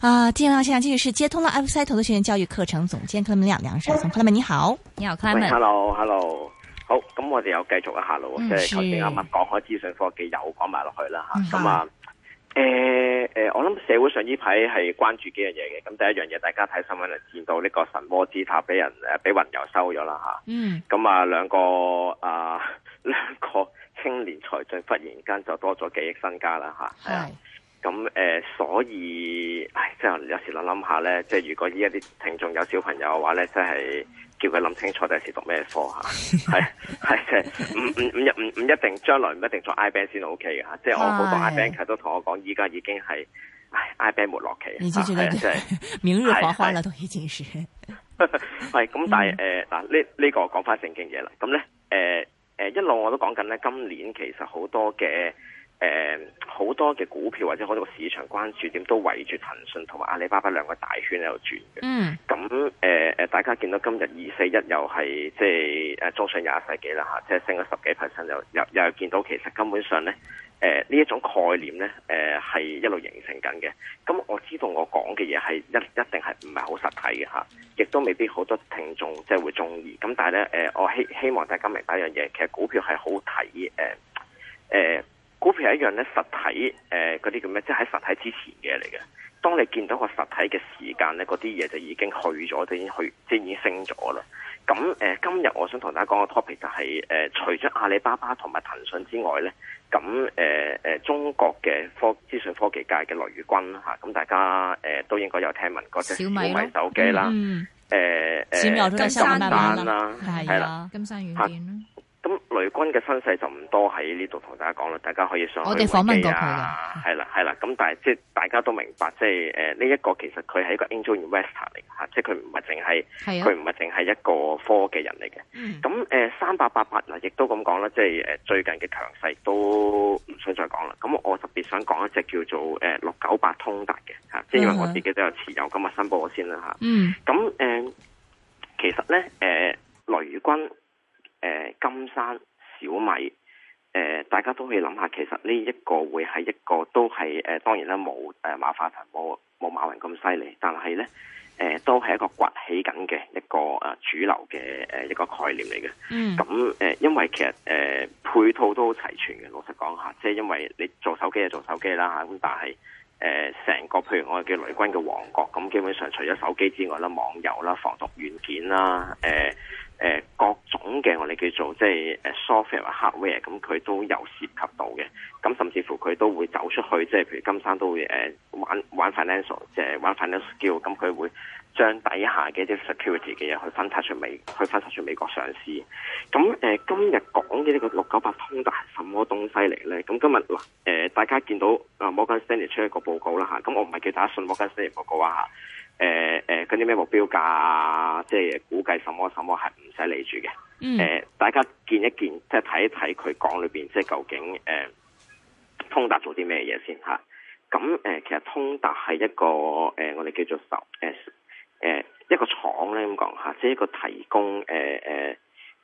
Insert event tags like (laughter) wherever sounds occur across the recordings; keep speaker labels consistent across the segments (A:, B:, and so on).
A: 啊，今天呢，现在继续是接通了 FCI 投资学院教育课程总监克莱门梁梁尚松，克莱门你好，
B: 你好
C: 喂
B: ，Clement。
C: ，hello，hello，好，咁我哋又繼續一下咯
A: 嗯
C: 喎，即係頭先
A: 是
C: 啱啱講開資訊科技又講埋落去啦
A: 嗯
C: 嚇，咁啊，誒誒，我諗社會上呢排係關注幾樣嘢嘅，咁第一樣嘢大家睇新聞就見到呢個神魔之塔俾人誒俾雲遊收咗啦
A: 嗯
C: 嚇，咁啊兩個啊 (laughs) 兩個青年才俊忽然間就多咗幾億身家啦嚇，係啊
B: 哎
A: 係。
C: 咁誒、呃所以，唉，即係有時諗諗下咧，即係如果依家啲聽眾有小朋友嘅話咧，真係叫佢諗清楚第時讀咩科
A: (laughs)
C: 嚇，係係即係唔唔唔一唔唔一定將來唔一定做 I Bank 先 O K 嘅嚇，即係我好多 I
A: 係
C: Bank 都同我講，依家已經係唉 I Bank 沒落期，
A: 已經
C: 啊
A: 覺得
B: 哎
C: 係啊即係。
A: (laughs) 明日黄花了都已经是，
C: 係咁，但係誒嗱呢呢個講翻正經嘢啦。咁咧誒誒一路我都講緊咧，今年其實好多嘅誒好多嘅股票或者好多個市場關注點都圍住騰訊同埋阿里巴巴兩個大圈喺度轉嘅。
A: 嗯
C: 咁誒誒，大家見到今日二四一又係即係誒中信廿一世紀啦嚇，即係升咗十幾 percent，又又又見到其實根本上咧誒呢一種概念咧誒係一路形成緊嘅。咁我知道我講嘅嘢係一一定係唔係好實體嘅嚇，亦都未必好多聽眾即係會中意。咁但係咧誒，我希希望大家明白一樣嘢，其實股票係好睇誒誒，股票係一樣咧實體誒嗰啲叫咩，即係喺實體之前嘅嘢嚟嘅。當你見到個實體嘅時間咧，嗰啲嘢就已經去咗，就已經去，即係已經升咗啦。咁誒、呃今日我想同大家講個 topic 就係、呃除咗阿里巴巴同埋騰訊之外咧，咁誒誒，中國嘅科資訊科技界嘅雷軍嚇，咁、大家誒、呃都應該有聽聞過即係
B: 小
C: 小
B: 米咯
C: 米手機啦，
A: 嗯，
C: 誒
A: 小米我都
C: 誒
A: 有收
C: 簡
B: 慢慢
C: 呃單啦，
A: 係
C: 係啦。
A: 啊，
B: 金山軟件啦，
C: 咁雷軍嘅身世就唔多喺呢度同大家講啦，大家可以上去
B: 我哋訪問過佢嘅
C: 維基啊，係啦係啦。咁但係即係大家都明白，即係呃誒呢一個其實佢係一個 angel investor 嚟嘅嚇，即係佢唔係淨係
B: 係
C: 佢
B: 啊，
C: 唔係淨係一個科技人嚟嘅。
A: 嗯
C: 咁誒三八八八嗱，亦都咁講啦，即係誒最近嘅強勢都唔想再講啦。咁我特別想講一隻叫做誒六九八通達嘅嚇，即係因為我
A: 嗯哼
C: 自己都有持有，咁啊申報咗先啦嚇。
A: 嗯
C: 咁誒、呃其實咧誒、呃雷軍、誒、呃金山、小米誒、呃大家都可以諗下，其實呢一個會係一個都係誒、呃，當然啦，冇誒、呃、馬化騰冇冇馬雲咁犀利，但係咧誒都係一個崛起緊嘅一個誒、呃主流嘅誒、呃一個概念嚟嘅。
A: 嗯
C: 咁誒、呃因為其實誒、呃配套都好齊全嘅，老實講嚇，即係因為你做手機就做手機啦嚇，咁但係誒成個譬如我哋叫雷軍嘅王國，咁基本上除咗手機之外啦，網遊啦、防毒軟件啦、誒、誒各種嘅我哋叫做即係誒 software 或 hardware，咁佢都有涉及到嘅。咁甚至乎佢都會走出去，即係譬如金山都會誒、呃玩玩 financial，即係玩 financial skill，咁佢會將底下嘅一啲 security 嘅嘢去分拆出美，去分拆出美國上市。咁誒、呃今日講嘅呢個六九八通達係什麼東西嚟咧？咁今日嗱誒，大家見到啊摩根 Stanley 出一個報告啦嚇，咁我唔係叫大家信摩根 Stanley 報告啊嚇，誒誒嗰啲咩目標價啊，即係估計什麼什麼係唔使理住嘅。誒、
B: 哎
A: 嗯
C: 呃大家見一見，即係睇一睇佢講裏邊，即係究竟誒、呃通達做啲咩嘢先嚇。咁誒、呃其實通達係一個誒、呃我哋叫做手誒誒一個廠咧咁講嚇，即係一個提供誒呃誒誒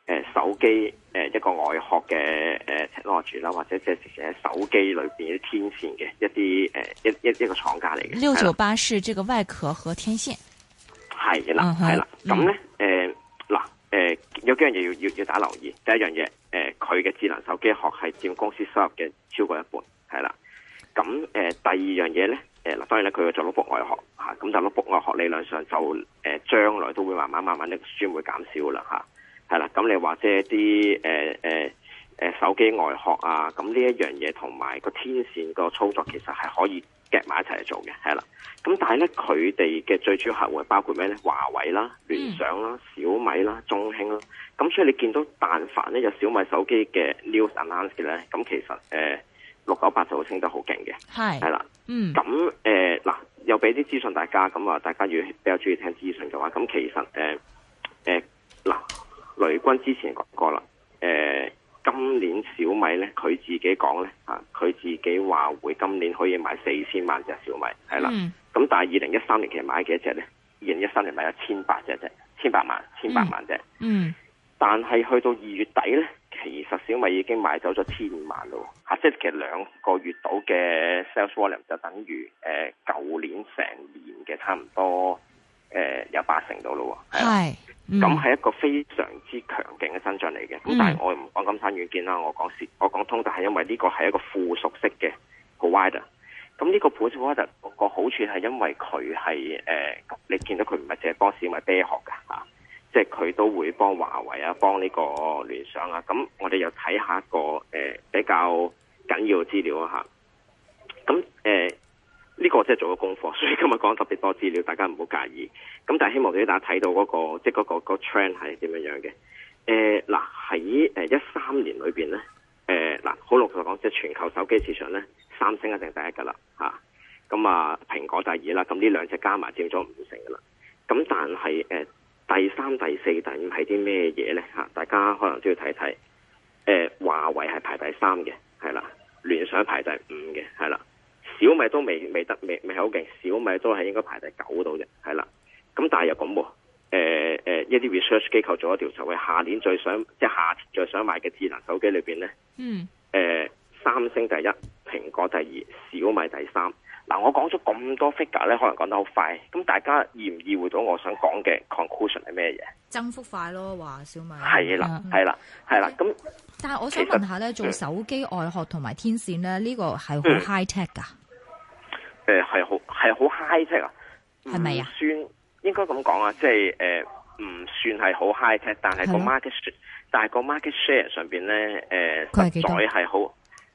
C: 呃手機誒、呃一個外殼嘅誒 technology 啦，或者即係直情喺手機裏邊啲天線嘅一啲誒、呃一一一個廠家嚟嘅。
A: 六
C: 係啦
A: 九八是这个外壳和天线，
C: 係
A: 嗯
C: 啦，
A: 哼
C: 係啦。咁咧，誒嗱，誒有幾樣嘢要要要打留意。第一樣嘢，誒佢嘅智能手機殼係佔公司收入嘅超過一半，係啦。咁誒、呃第二樣嘢咧，誒、嗱，當然咧佢做 notebook 外殼嚇，咁、就 notebook 外殼理論上就誒、呃、將來都會慢慢慢慢呢個書會減少啦嚇，係、啦，咁你話即係啲誒誒誒手機外殼啊，咁呢一樣嘢同埋個天線個操作其實係可以夾埋一齊嚟做嘅，係啦，咁但係咧佢哋嘅最主要客戶係包括咩咧？華為啦、聯想啦、小米啦、中興啦，咁所以你見到但凡咧有小米手機嘅 news announce 嘅咧，咁其實誒六九八就會升得好勁嘅。
A: 嗨
B: 哎
C: 係，啦，
A: 嗯
C: 咁誒嗱，又俾啲資訊大家，咁啊，大家要比較中意聽資訊嘅話，咁其實誒誒嗱，雷軍之前講過啦，誒、今年小米咧，佢自己講咧嚇，佢、自己話會今年可以買四千萬隻小米，係
B: 哎
C: 啦，
A: 嗯
C: 咁、但係二零一三年其實買幾多隻咧？二零一三年買咗千八隻啫，千八萬，千八萬隻。
A: 嗯
C: 但係去到二月底呢，其其實小米已經買走咗千二萬咯，嚇、即係其實兩個月到嘅 sales volume 就等於誒舊、年成年嘅差唔多誒、有八成到咯
B: 哎
C: 喎，係啊
A: 係，嗯
C: 咁係一個非常之強勁嘅增長嚟嘅。咁
A: 嗯
C: 但係我唔講金山軟件啦，我講是我講通達係因為呢個係一個附屬式嘅 provider。咁呢個 provider 個好處係因為佢係誒，你見到佢唔係淨係幫小米啤殼㗎嚇，即係佢都會幫華為啊，幫呢個聯想啊。咁我哋又睇下一個誒、呃比較緊要嘅資料啊嚇。咁誒呢個真係做咗功課，所以今日講特別多資料，大家唔好介意。咁但係希望俾大家睇到嗰、個即係嗰個、個 trend 係點樣樣嘅。誒呃嗱喺誒一三年裏邊咧，誒嗱好老實講，即係全球手機市場咧，三星一定第一㗎啦嚇。咁啊，蘋果第二啦，咁呢兩隻加埋佔咗五成㗎啦。咁但係誒、呃第三、第四、第五係啲咩嘢咧嚇？大家可能都要睇睇。誒、華為係排第三嘅，係啦，聯想排第五嘅，係啦，小米都未未得未未係好勁，小米都係應該排第九度嘅，係啦。咁但係又咁喎，誒、誒，呃一啲 research 機構做咗調查，喂，下年最想即係夏天最想買嘅智能手機裏邊咧，誒、
A: 嗯
C: 三星第一，蘋果第二，小米第三。嗱，我講咗咁多 figure 咧，可能講得好快，咁大家意唔意會到我想講嘅 conclusion 係咩嘢？
B: 增幅快咯，話小米。
C: 係啊啦，
B: 嗯
C: 係啦，係啦，咁。
B: 但係我想問下咧，做手機外殼同埋天線咧，呢、個係
C: 嗯
B: 好 high tech 噶，
C: 誒呃係好係好 high tech 啊，
B: 係咪啊
C: 唔算應該咁講啊，即係誒唔算係好 high tech，但係個
B: 係咯
C: market share，但係個 market share 上邊咧
B: 佢係
C: 誒，
B: 幾
C: 實
B: 多
C: 在係好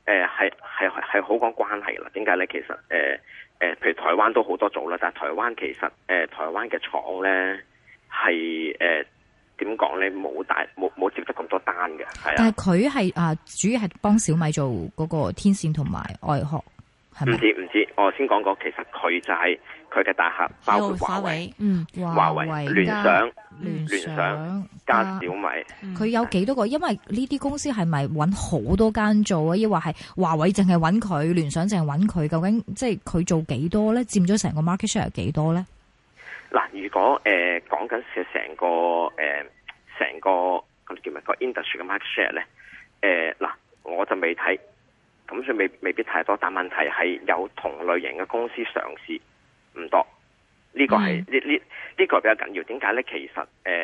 C: 誒係係係係好講關係啦。點解咧？其實誒誒、呃譬如台灣都好多做啦，但係台灣其實誒、呃台灣嘅廠咧係誒點講咧？冇大冇冇接得咁多單嘅，係啊。
B: 但係佢係啊，主要係幫小米做嗰個天線同埋外殼，係
C: 唔
B: 咪？
C: 知唔知，我先講過，其實佢就係佢嘅大客，包括華為、
A: 嗯
C: 華為、聯想、
B: 聯
C: 聯
B: 想
C: 想加小米，
A: 嗯
B: 佢有幾多個？因為呢啲公司係咪揾好多間做啊？抑或係華為淨係揾佢，聯想淨係揾佢？究竟即係佢做幾多咧？佔咗成個 market share 幾多咧？
C: 嗱，如果誒講緊嘅成個誒成、個咁叫咩個 industry 嘅 market share 咧，誒、呃嗱，我就未睇，咁所以未未必太多。但問題係有同類型嘅公司上市唔多，呢、個係
B: 嗯
C: 呢呢呢個比較緊要。點解咧？其實誒誒、呃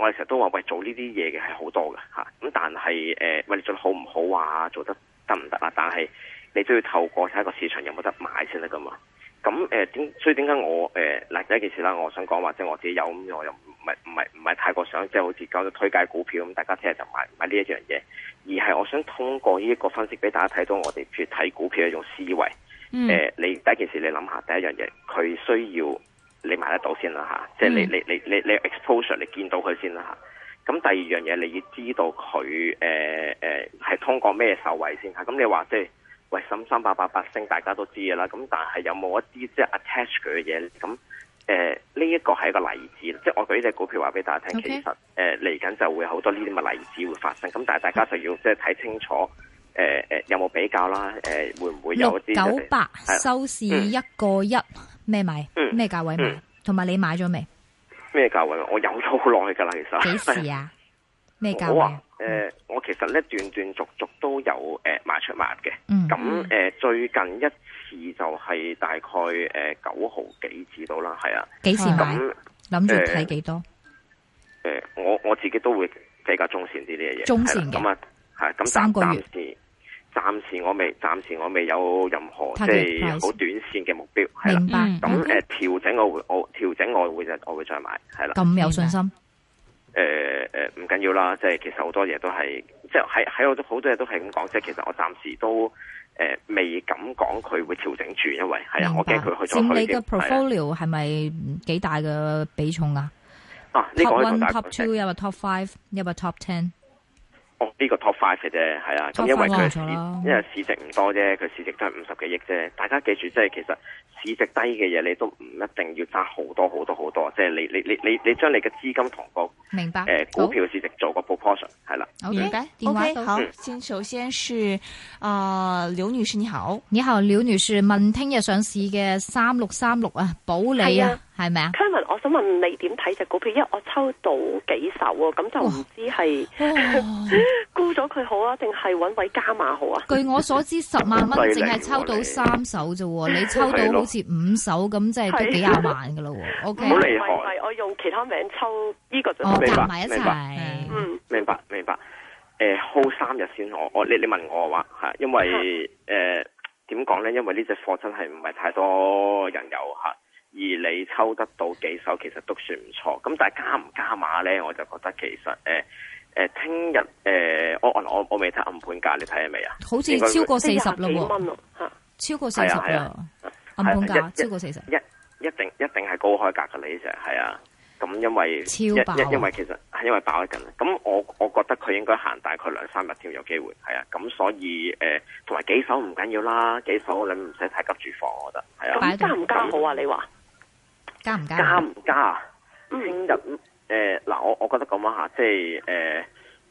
C: 我哋成日都話喂，做呢啲嘢嘅係好多嘅嚇，咁、但係誒、喂，你做得好唔好啊？做得得唔得啊？但係你都要透過睇下個市場有冇得買先得噶嘛。咁誒點？所以點解我誒嗱、第一件事啦，我想講話即係我自己有咁，我又唔係唔係唔係太過想即係好似搞到推介股票咁，大家聽日就買買呢一樣嘢，而係我想通過呢一個分析俾大家睇到我哋譬如睇股票嘅一種思維。
A: 嗯
C: 誒、
B: 哎
C: 呃你第一件事你諗下，第一樣嘢佢需要你買得到先啦吓，即係你
A: 嗯
C: 你你你你 exposure 你見到佢先啦吓。咁第二樣嘢你要知道佢誒誒係通過咩受惠先吓。咁你話即係喂三三八八八升大家都知嘅啦，咁但係有冇一啲即係 attach 佢嘅嘢呢咁？誒呢一個係一個例子，即係我舉呢只股票話俾大家聽
A: OK
C: 其實誒嚟緊就會有好多呢啲咁嘅例子會發生，咁但係大家就要即係睇清楚，誒、誒有冇比較啦，誒、會唔會有
B: 六
C: 啲
B: 九八
C: 係啦
B: 收市
C: 嗯
B: 一個一咩買？
C: 嗯
B: 咩價位買
C: 嗯？
B: 同埋你買
C: (laughs)
B: 咗未？
C: 咩價位？我有咗好耐㗎啦，其實
B: 幾
C: (laughs)
B: 時啊？咩價
C: 我
B: 位
C: 啊
B: 啊？
C: 誒、我其實咧斷斷續續都有誒、賣出賣入嘅。
B: 嗯，
C: 咁誒、最近一次就係大概誒九、毫幾至到啦，係啊。
B: 幾時買？
C: 咁
B: 諗住睇幾多？
C: 誒、我我自己都會比較中線啲呢嘅嘢。
B: 中線嘅
C: 係啦咁啊，係咁暫
B: 三個
C: 暫
B: 月
C: 時暫時我未暫時我未有任何即
B: Target
C: 係
B: price
C: 好短線嘅目標，係啦
B: 明。白。
A: 嗯
C: 咁
B: OK
C: 誒調整我會我調整我會就我會再買，係啦。
B: 咁有信心？
C: 誒誒呃唔緊要啦，即係其實好多嘢都係，即係喺喺我都好多嘢都係咁講，即係其實我暫時都誒、呃未敢講佢會調整住，因為係啊，
B: 明
C: 我
B: 白
C: 驚佢去咗
B: 佔
C: 去啊
B: 你
C: 添
B: 嘅 portfolio 係咪幾大嘅比重啊
C: 啊，呢、個
B: ？Top
C: 可以
B: one、
C: 同大家
B: Top
C: 講
B: two，有冇 Top five，有冇 Top ten？
C: 哦呢、個 top five 嘅啫，係啊，咁
B: Top
C: 因為
B: five
C: 佢
B: 咗啦
C: 市因為市值唔多啫，佢市值都係五十幾億啫。大家記住，即係其實市值低嘅嘢，你都唔一定要揸好多好多好多，即係你你你你你將你嘅資金同個
B: 明白。
C: 誒
B: 啊好
C: 股票嗯市值做個 proportion 係啦。
B: 好
A: 明
B: 嘅
A: 白。
B: 電話
A: OK，
B: 到
A: 好，先首先是啊、呃刘女士你好，
B: 以後廖女士問聽日上市嘅三六三六啊，保利啊，係咪啊？
D: Kevin，我想問你點睇只股票？因為我抽到幾手喎，咁就唔知係沽咗佢好啊，定係揾位加碼好啊？
B: 據我所知，十萬蚊
C: 犀利
B: 淨係
C: 喎
B: 抽到
C: 你
B: 三手啫喎，
C: (laughs)
B: 你抽到好似五手咁，即係都幾廿萬噶咯喎。O
D: 唔
B: K，
C: 好
D: 係
C: 理
D: 唔係，唔係我用其他名抽呢個就
B: 哦，
C: 明白
B: 夾埋一
C: 明
B: 齊。
D: 嗯
C: 明白明白。誒、hold 三日先，我我你你問我嘅話嚇，因為誒點講咧？因為呢只貨真係唔係太多人有嚇，而你抽得到幾手其實都算唔錯。咁但係加唔加碼咧，我就覺得其實誒誒聽日呃誒我我我我未睇暗盤價，你睇下未啊？
B: 好似超過四
D: 即
B: 十咯
D: 係廿幾
B: 喎，
D: 蚊咯嚇。
B: 超過四十
C: 係啊
B: 啦，暗盤
C: 係啊
B: 價
C: 一
B: 超過四十。
C: 一一定一定係高開價㗎，你呢只係啊。咁因為
B: 超
C: 因
B: 爆啊
C: 因因為其實係因為爆緊，咁我我覺得佢應該行大概兩三日添，有機會係啊。咁所以誒，同、埋幾手唔緊要啦，幾手你唔使太急住放，我覺得係啊。
B: 擺
D: 咁
B: 到
D: 加唔加好啊？你話？
B: 加唔加？
C: 加唔加啊？
D: 嗯
C: 聽日誒嗱，我我覺得咁樣嚇，即係誒、呃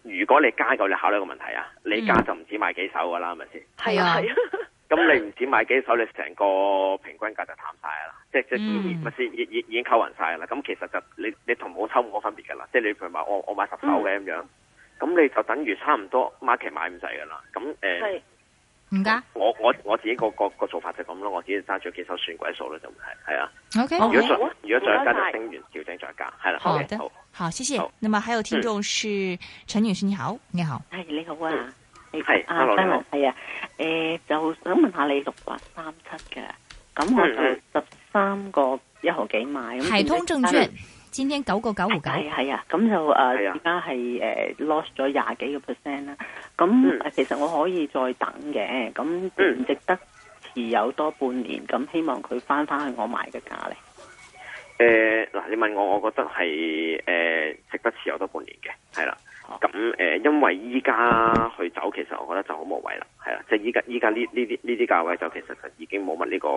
C: 如果你加夠，你考慮一個問題啊，你加
B: 嗯
C: 就唔止買幾手㗎啦，係咪先？
D: 係啊，係啊，
C: 咁你唔止買幾手，你成個平均價就淡晒啦，即即已
B: 嗯
C: 咪先已已已經溝勻晒啦。咁其實就你你同冇抽冇分別噶啦，即係你譬如話我我買十手
D: 嗯
C: 嘅咁樣，咁你就等於差唔多 market 買唔使噶啦。咁誒、呃
D: 係
B: 唔加
C: 我我我自己個個個做法就咁咯，我自己揸住幾手算鬼數啦，就會係係啊。
B: ？O K，
A: 好
C: 如果再
D: 好啊
C: 如果再加
D: 唔該晒
C: 就升完調整再加，係啦。
B: 好
C: OK，
B: 的
C: 好，
A: 好，谢谢
C: 好。嗯
A: 那么还有听众是陈女士，你好。
B: 你好。
E: 系你好啊，你
C: 係
E: 啊
C: hello，你好
E: 系啊，诶、就想問下你六八三七嘅，咁我
C: 嗯
E: 就十三個一毫幾買，咁
B: 海通證券今天九個九毫九，
E: 係係啊，咁就
C: 係
E: 诶
C: 啊
E: 而家係诶 loss 咗廿幾個 percent 啦，咁、
C: 嗯
E: 呃其實我可以再等嘅，咁
C: 嗯
E: 唔值得持有多半年，咁希望佢翻翻去我買嘅價咧。
C: 誒呃嗱、你問我，我覺得係誒、呃值得持有多半年嘅，係啦。
E: 哦
C: 咁誒、呃因為依家去走，其實我覺得就好無謂啦，係啦，即係依家依家呢呢啲呢啲價位就其實就已經冇乜呢個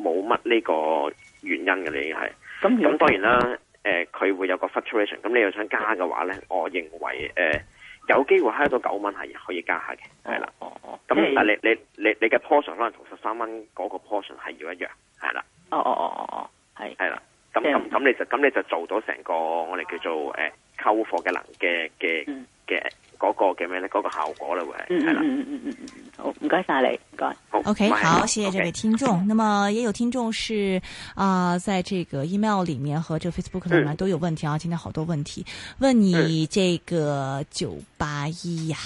C: 冇乜呢個原因嘅，你已經係。
E: 咁如
C: 咁
E: 果
C: 當然啦，誒、佢會有個 fluctuation，咁你又想加嘅話咧，我認為誒、呃有機會喺到九蚊係可以加下嘅，係啦。
E: 哦哦，
C: 咁
E: 即係
C: 但係你你你你嘅 portion 可能同十三蚊嗰個 portion 係要一樣，係啦。
E: 哦哦哦哦，係
C: 系啦，咁
E: 即係
C: 咁咁你就咁你就做到成個我哋叫做诶溝貨嘅能嘅嘅
E: 嗯
C: 嘅嗰個嘅咩咧，嗰、個效果啦會係
E: 嗯
C: 係
E: 嗯
C: 啦，
E: 嗯嗯嗯嗯嗯，好，唔該晒你，唔該。
C: 好
A: OK，
C: 唔係
A: 好，谢谢这
C: OK
A: 位听
C: (laughs)
A: 众。那么也有听众是啊、在这个 email 里面和这个 Facebook 里面
C: 嗯
A: 都有问题啊，今天好多问题，问你这个九八一呀，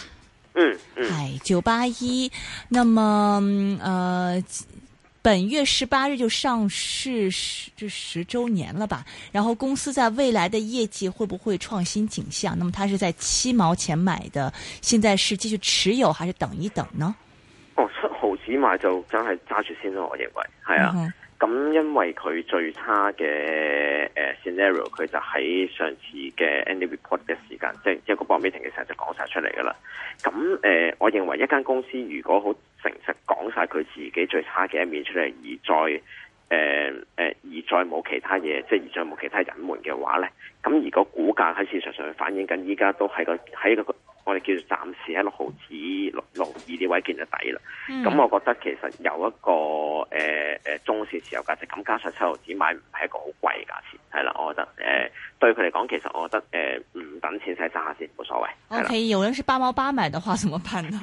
C: 嗯嗯，
A: 哎，九八一，那么嗯呃。本月十八日就上市十就十周年了吧？然后公司在未来的业绩会不会创新景象？那么它是在七毛钱买的，现在是继续持有还是等一等呢？
C: 哦七毫子買就真係揸住先咯，我認為係啊。
A: 嗯哼
C: 咁因為佢最差嘅誒 scenario，佢就喺上次嘅 annual report 嘅時間，即係即係個 board meeting 嘅時候就講晒出嚟噶啦。咁誒、呃我認為一間公司如果好誠實講晒佢自己最差嘅一面出嚟，而再誒誒、呃而再冇其他嘢，即係而再冇其他隱瞞嘅話咧，咁而個股價喺市場上反映緊，依家都喺個喺個我哋叫做暫時喺六毫子六六毫二呢位見咗底啦。
A: 嗯
C: 咁、我覺得其實有一個誒誒、呃中線持有價值，咁加上七毫子買唔係一個好貴嘅價錢，係啦，我覺得誒、呃、對佢嚟講，其實我覺得誒唔、等錢使揸下先，冇所謂，係啦，
A: OK，有人是八毛八買的話，怎麼辦呢？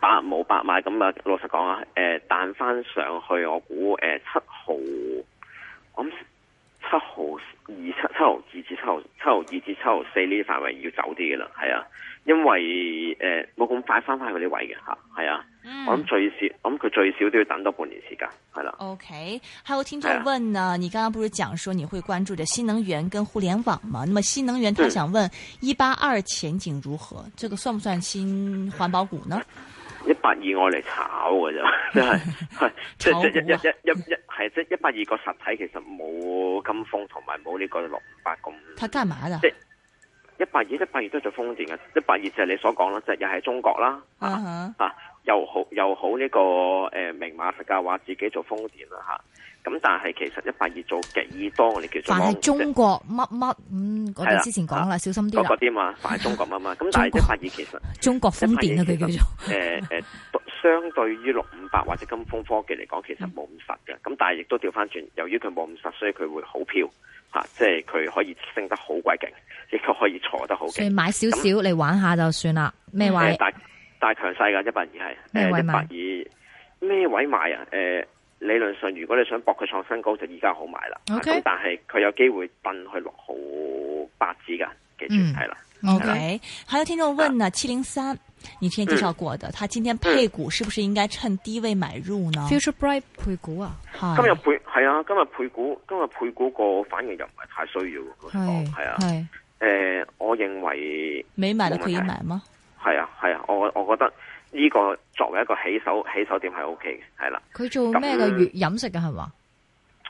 C: 八冇八買，咁啊老實講啊，誒彈翻上去，我估誒、呃七毫，我諗七毫二七七毫二至七毫七毫二至七毫四呢啲範圍要走啲嘅啦，係啊，因為誒冇咁快翻返去嗰啲位嘅嚇，係啊，
A: 嗯
C: 我諗最少，我諗佢最少都要等多半年時間，係啦。
A: OK，还有听众问呢，你刚刚不是讲说你会关注着新能源跟互联网吗？那么新能源他
C: 嗯
A: 想问一八二前景如何？这个算不算新环保股呢？
C: 一百二我嚟炒嘅啫，真係係即係即係一一一一一係即係一百二個實體其實冇金風同埋冇呢個六五八咁。
A: 他干嘛的？
C: 即一百二一百二都係做風電嘅，一百二就係你所講啦，即係又係中國啦，
A: 嗯
C: 啊
A: 哼，
C: 啊又好又好呢、個誒、呃明碼實價話自己做風電啦嚇，咁、但係其實一百二做幾多我哋叫做
B: 凡係中國乜乜，嗯，我
C: 係
B: 哋
C: 啦
B: 之前講啦，小心啲
C: 嗰
B: 啦，
C: 啲嘛，反中國啊嘛，咁但係
B: 中國
C: 一百二其實。
B: (laughs) 中國風電啊，佢叫做
C: 誒誒、都相對於六五八或者金風科技嚟講，其實冇咁實
B: 嗯
C: 嘅。咁但係亦都調翻轉，由於佢冇咁實，所以佢會好飄嚇、啊即係佢可以升得好鬼勁，亦都可以坐得好
B: 所
C: 勁
B: 以。買少少嚟玩下就算啦。咩
C: 誒、
B: 位？
C: 大大強勢㗎，一百
B: 咩
C: 二係呃
B: 位
C: 誒一百
B: 買
C: 二咩位買啊？誒、理論上如果你想搏佢創新高，就依家好買啦。咁
B: OK
C: 但係佢有機會掟去六毫八子㗎，記住
B: 嗯
C: 係啦。
A: OK，还有听众问呢，七零三，你之前介绍过的，它今天配股是不是应该趁低位买入呢？
B: Future Bright 配股啊，
A: 嗨
C: 今日配係啊，今日配股，今日配股個反應又唔係太需要喎，老實講係啊。
B: 系
C: 誒、我認為
A: 没买的
C: 冇
A: 可以
C: 问题
A: 买吗？
C: 係啊係啊，我我覺得呢個作為一個起手起手點係 O K 嘅，係啦。
B: 佢做咩嘅
C: 咁
B: 月飲食嘅係嘛？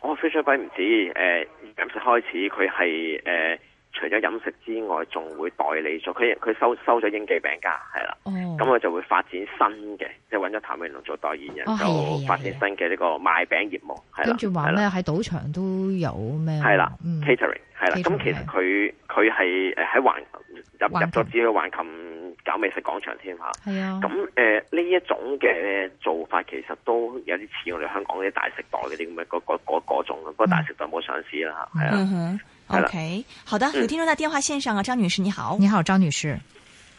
C: 我 f i s h e r 唔止誒飲食開始，佢係誒除咗飲食之外，仲會代理咗佢佢收收咗英記餅家係啦。
B: 哦，
C: 咁啊佢就會發展新嘅，即係揾咗譚詠麟做代言人，
B: 哦係啊係
C: 就
B: 啊
C: 發展新嘅呢個賣餅業務，係啦，
B: 跟住話
C: 係啦
B: 咩喺賭場都有咩？
C: 係啦
B: 嗯
C: ，catering 係啦，
B: catering，
C: 咁其實佢佢係呃誒喺環入入
B: 橫琴
C: 咗自己環琴搞美食廣場添嚇。
B: 係啊，
C: 咁誒呢一種嘅做法其實都有啲似我哋香港嗰啲大食袋嗰啲咁嘅嗰嗰嗰嗰種，不過大食袋冇上市啦嚇，係啊。
A: 嗯哼
C: 是的
A: ，OK，好的，有听众在电话线上啊，张女士你好，
B: 你好，張女士，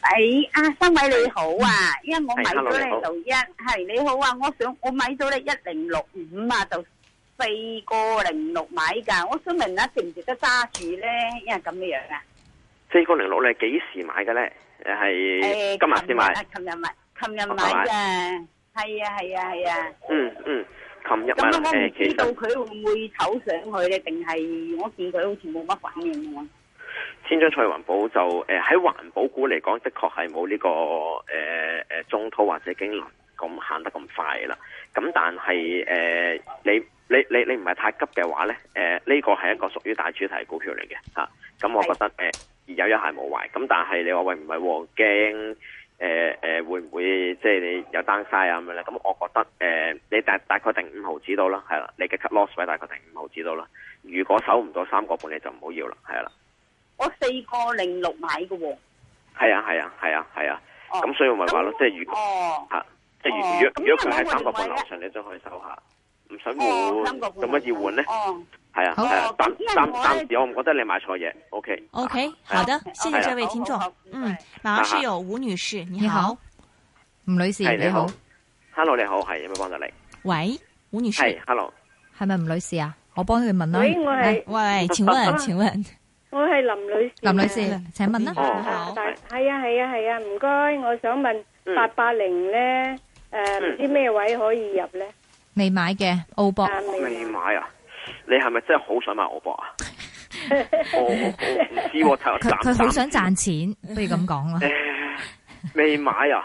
E: 哎
F: 诶，阿三位你好啊，因为我
C: 嗯係
F: 买
C: ，hello，
F: 咗
C: 你好
F: 咧就一系你好啊，我想我买咗咧一零六五啊，就四个零六买噶，我想问下值唔值得揸住咧？因为咁样样啊，
C: 四個零六你係幾時買嘅咧？誒係
F: 诶，
C: 今日先
F: 琴
C: 買
F: 啊，，琴日买，琴日买噶，系啊系啊系啊，
C: 嗯嗯，琴日買
F: 咁啊
C: 啦
F: 我唔
C: 誒，其
F: 知道
C: 實
F: 佢会唔会炒上去咧，定系我见佢好似冇乜反应喎。
C: 天津翠環保就誒喺環保股嚟講，的確係冇呢個誒誒中滔或者京能咁行得咁快啦。咁但係誒、呃你你你你唔係太急嘅話咧，誒、呢個係一個屬於大主題股票嚟嘅嚇。咁、我覺得誒、呃有一下冇壞。咁但係你話喂唔係喎，驚誒誒會唔會即係你有 downside 啊咁樣咧？咁我覺得誒、呃你大大概定五毫子到啦，係啦，你嘅 cut loss 位大概定五毫子到啦。如果守唔到三個半，你就唔好要啦，係啦。
F: 我四个零六买嘅喎，
C: 係啊係啊係啊係啊，
F: 哦
C: 咁、所以我咪話咯，即係如果
F: 哦，
C: 嚇，即係
F: 哦
C: 如
F: 咁
C: 若如果佢
F: 因為
C: 喺
F: 我
C: 三個
F: 認為
C: 半樓
F: 咧
C: 上，你都可以守下，唔想
F: 哦，
C: 換
F: 三，個半
C: 做乜要換咧？
F: 哦。
C: 係啊
B: 好
C: 係啊，
F: 咁
C: 暫
F: 因為
C: 暫
F: 我咧
C: 暫時我唔覺得你買錯嘢，OK
A: OK，
C: 啊
A: 好的
F: 好，
A: 谢谢
C: 好
A: 这位听众
F: 好好好。
A: 嗯，马上是有吴女士，你
B: 你
A: 好
B: 好，吳女士
C: 係
B: 你
C: 你
B: 好
C: 好，，Hello 你好，係有咩幫到你？
A: 喂，吳女士，
C: 係 Hello，
B: 係咪吳女士啊？我幫佢問啦。
G: 喂，我
A: 喂
G: 系
C: (laughs)
A: 喂，請問，請問，
G: 我系林女士啊。
B: 林女士，請問啦
C: 哦。
G: 啊，
A: 好
G: 大系啊系啊系啊，唔該，我想問
C: 嗯
G: 八八零咧，诶，
C: 嗯
G: 唔知咩位可以入咧？
B: 未買嘅澳博
G: 啊，未
C: 未買啊？你係咪真係好想買澳博
F: (laughs)
C: 啊？我我我唔知喎，睇
B: 佢
C: 下
B: 佢好想
C: 暫 (laughs)
B: 賺錢，不如咁講啦。
C: 未買啊！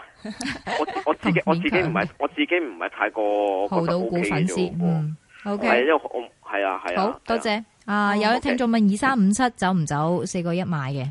C: 我我自己我自己唔係我自己唔係太過
B: 豪
C: 覺得
B: 到
C: OK
B: 股
C: 嘅
B: 份
C: 啫
B: 先
C: 喎，
B: 嗯
C: 係因
B: ，OK，
C: 為我係啊係啊，係
B: 好
C: 啊
B: 多謝。啊，有啲聽眾問二三五七走唔走？四個一買嘅，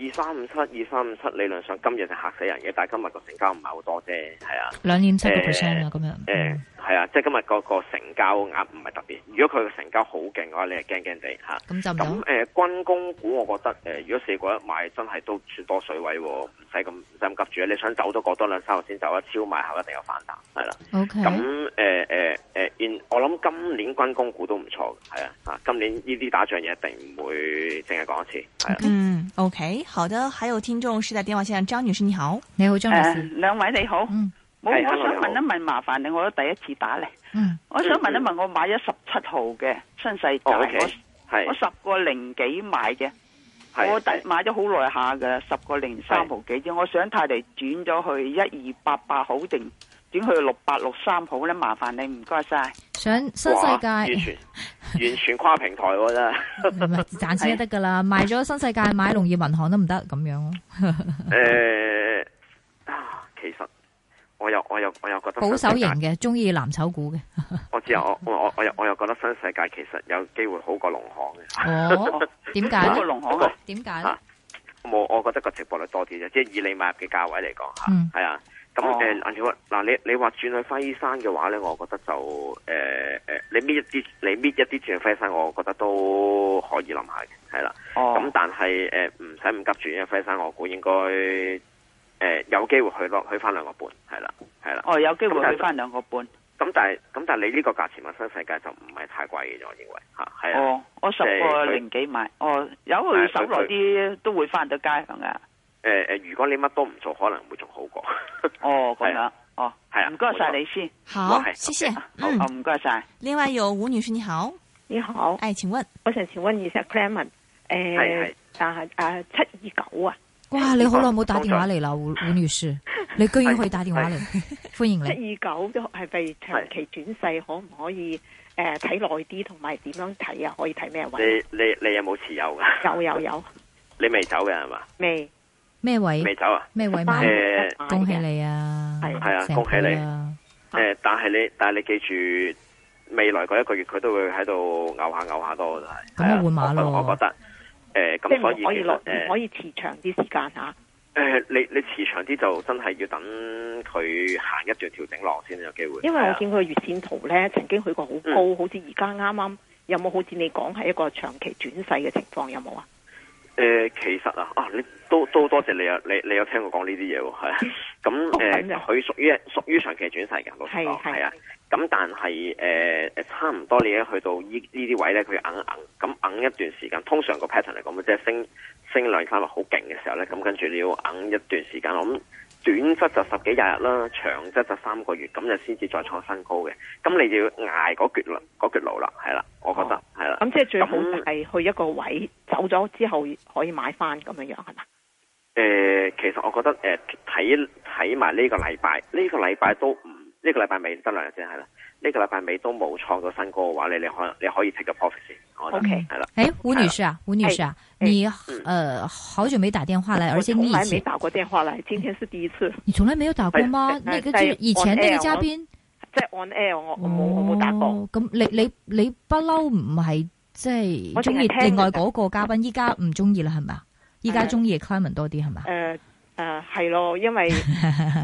C: 二三五七，二三五七理論上今日就嚇死人嘅，但係今日個成交唔係好多啫，係啊，
B: 兩點七個
C: 誒
B: percent 啊，咁樣。
C: 誒、係啊，即係今日個個成交額唔係特別。如果佢個成交好勁嘅話，你係驚驚地嚇。
B: 咁走唔
C: 咁誒、
B: 走？
C: 軍工股，我覺得誒、如果四個一買，真係都算多水位喎，唔使咁唔使咁急住啊！你想走都過多兩三日先走啊，超賣後一定有反彈，係啦。
B: OK，
C: 咁誒誒誒，in- 我諗今年軍工股都唔錯嘅，係啊嚇。今年呢啲打仗嘢一定唔會淨係講一次，係啊。
A: 嗯，OK，好的，還有聽眾是在電話線上，張女士你好，
B: 你好，張女
E: 诶，
B: 士。
E: 两位你好，
B: 嗯
E: 冇，
C: 係
E: 我
C: hello，你
E: 想
C: 好
E: 問一問，麻煩你，我都第一次打嚟，
B: 嗯，
E: 我想問一問，我買咗十七號嘅新世界，
C: 哦，OK，
E: 我我
C: 係
E: 十個零幾買嘅，
C: 係
E: 我第買咗好耐下噶啦，十個零三毫幾啫，我想睇嚟轉咗去一二八八好定轉去六八六三好咧？麻煩你唔該晒。
B: 想新
C: 哇
B: 世
C: 完
B: (laughs) 界。
C: 全完全跨平台喎真
B: (laughs)
C: 係。
B: 唔係賺錢就得噶啦，賣咗新世界買農業銀行都唔得咁
C: (laughs)
B: 樣咯，
C: 誒、啊，其實我又我又我又覺得
B: 保守型
C: 新世界，
B: 嘅，中意藍
C: (laughs)
B: 籌股嘅。
C: 我知啊，我我我我又我又覺得新世界其實有機會好過農行嘅。
B: 哦，點解
E: 嗰個
B: 咧？
E: 農行
C: 不過
E: 啊，
B: 點解咧？
C: 冇，啊我覺得個直播率多啲啫，即係以你買入嘅價位嚟講嚇，
B: 嗯
C: 係、啊。咁
E: 哦
C: 誒，嗱你話嗱你你話轉去輝山嘅話咧，我覺得就誒誒、呃你搣一啲你搣一啲轉去輝山，我覺得都可以諗下嘅，係啦。咁呃
E: 哦，
C: 但係誒唔使咁急住，因為輝山我估應該诶、呃有機會去落去翻兩個半，係啦，係啦。
H: 哦，有機
C: 咁
H: 會
C: 但
H: 去翻兩個半。
C: 咁但係咁但係你呢個價錢陌生世界就唔係太貴嘅，我認為吓，係啊。
H: 哦，我十個零幾買，哦，有
C: 係啊
H: 佢手耐啲都會翻到街係咪啊？
C: 诶诶、如果你乜都唔做，可能會仲好過。
H: 哦，咁
C: 係
H: 樣
C: 啊，
H: 哦，
C: 係啊
H: 唔該晒
C: 冇錯
H: 你先，
A: 好
C: 我，
A: 谢
C: 系
A: 谢
C: 哦哎 OK，。
A: 嗯
H: 哦，，唔該晒。
A: 另外有吴女士，你好，
E: 你好，
A: 哎，请问，
E: 我想请问一下 Clement，诶、
C: 係
E: 啊啊七二九啊，
B: 哇！你好耐冇打電話嚟啦，胡胡女士，你居然可以打電話嚟，歡迎
E: 七
B: 你。
E: 二九都系咪長期轉勢？可唔可以诶睇耐啲，同埋點樣睇啊？可以睇咩位？
C: 你你你有冇持有噶？
E: 有有有，
C: 你未走嘅係嘛？
E: 未
B: 咩
C: 未
B: 位？
C: 走啊？
B: 咩位
E: 三
B: 買？
E: 月一買嘅
B: 恭喜你啊！
E: 係
C: 係啊
B: 成
C: 恭喜
B: 倍
C: 你
B: 啊！
C: 诶、但係你但係你記住，未來嗰一個月佢都會喺度拗下拗下多嘅。
B: 咁
C: 係啊
B: 我換馬咯
C: 我覺我覺得诶，咁、
E: 即係
C: 所以
E: 唔可以
C: 其
E: 落
C: 實，诶
E: 唔可以持長啲時間啊吓。
C: 诶、呃你你持長啲就真係要等佢行一段調整浪先有機會。
E: 因為
C: 係
E: 我
C: 啊
E: 見佢月線圖咧，曾經去過好高，
C: 嗯
E: 好似而家啱啱有冇好似你講係一個長期轉勢嘅情況有冇啊？
C: 诶、其實啊，啊，你都都多謝你啊，你你有聽我講呢啲嘢喎，係
E: (laughs)
C: 啊。咁
E: 哦
C: 诶，誒
E: 咁樣
C: 佢屬於屬於長期轉勢嘅，老實講
E: 係係
C: 係啊。咁但係诶诶，誒差唔多你一去到依呢啲位咧，佢硬硬咁硬一段時間。通常個 pattern 嚟講，即係升升兩三日好勁嘅時候咧，咁跟住你要硬一段時間。我諗短則就十幾廿日啦，長則就三個月，咁就先至再創新高嘅。咁你就要捱嗰橛路嗰橛路啦，係啦，我覺
E: 哦
C: 得係啦。
E: 咁即係最好就
C: 咁
E: 係去一個位走咗之後可以買翻咁樣樣係嘛？
C: 诶、呃其實我覺得诶，睇睇埋呢個禮拜，呢、個禮拜都唔，呢、個禮拜尾得兩日先係啦。呢、個禮拜尾都冇創到新高嘅話，你你可能你可以 take 個 profit 先，我覺得
E: OK
C: 係啦。嗯
B: 哎，吴女士啊，吴女士啊，
E: 哎哎
B: 你呃好久没打电话来，而
E: 我
B: 且
E: 从
B: 你以
E: 来没
B: 前
E: 打过电话来，今天是第一
B: (laughs)
E: 次，
B: 你从来没有打过吗
E: 哎？
B: 那个就
E: 哎
B: 是以前那个嘉宾，
E: 即系 on air 我我冇我冇打过，
B: 哦。咁你你你不嬲唔系即系
E: 我淨係
B: 中意
E: 聽
B: 另外嗰个嘉宾，依家唔中意啦系咪？啊依家中意 Clement 多啲系咪？啊
E: 诶诶系咯，
B: (laughs)
E: 因为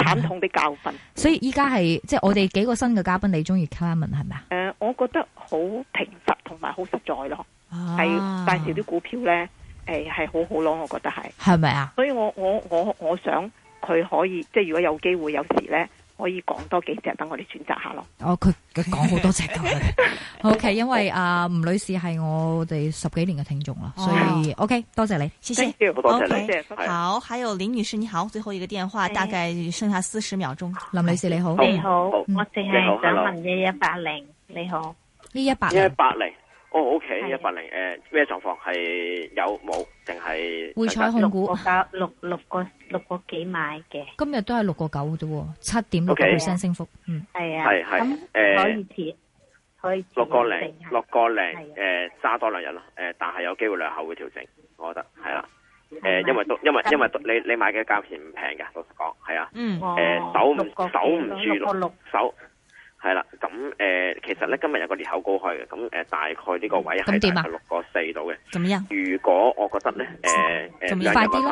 E: 惨痛的教训，
B: 所以依家系即系我哋几个新嘅嘉宾，你中意 Clement 系咪啊？
E: 诶、我觉得好平实同埋好实在咯，系
B: 啊
E: 介绍啲股票咧，诶系好好咯，我觉得系，
B: 系咪啊？
E: 所以我我我我想佢可以即系如果有机会有时咧，可以讲多几只等我哋选择下咯，
B: 哦，佢
E: (laughs)
B: 佢讲好多隻噶佢。OK，因為啊吳女士係我哋十幾年嘅聽眾啦，所以 OK，多謝你。
A: 谢谢。
E: 要
C: 哎好多哎謝
E: 多
C: 你，
E: 謝多謝
C: 係
A: 好，还有林女士，你好，最后一个电话，大概剩下四十秒钟。
B: 林女士你好，
C: 好
F: 你好，
C: 好
F: 我淨
C: 你好
F: 係想
C: ，hello
F: 問一一八零，你好，
B: 呢一百
C: 一
B: 零
C: 八零，哦，OK，
F: 係
C: 一八零，诶，咩狀況係有冇定係
B: 匯彩控
F: 六
B: 股
F: 個九六六個六個幾買嘅，
B: 今日都係六個九啫喎，七點六個
C: OK
B: percent 升幅。嗯，
F: 係啊，
C: 係係
F: 咁
C: 誒
F: 可以持，可以持
C: 呃六個
F: 定
C: 零
F: 係，
C: 六個零，
F: 啊係
C: 诶，揸多兩日啦，诶，但係有機會兩後會調整，我覺得係啦。诶，
F: 係咪
C: 呃因為都因為因為都你你買嘅價錢唔平㗎，老實講，係啊。
A: 嗯，
F: 哦
C: 誒守唔
F: 六個幾
C: 守唔住
F: 六個六，
C: 手係啦，咁誒、呃其實咧今日有個裂口高開嘅，咁誒、呃大概呢個位
B: 咁
C: 係
B: 點啊
C: 大概六個四度嘅。
A: 怎么样？
C: 如果我覺得咧，誒、呃、誒、
A: 咁
C: 兩日
B: 快
C: 落
B: 啲啦
C: 返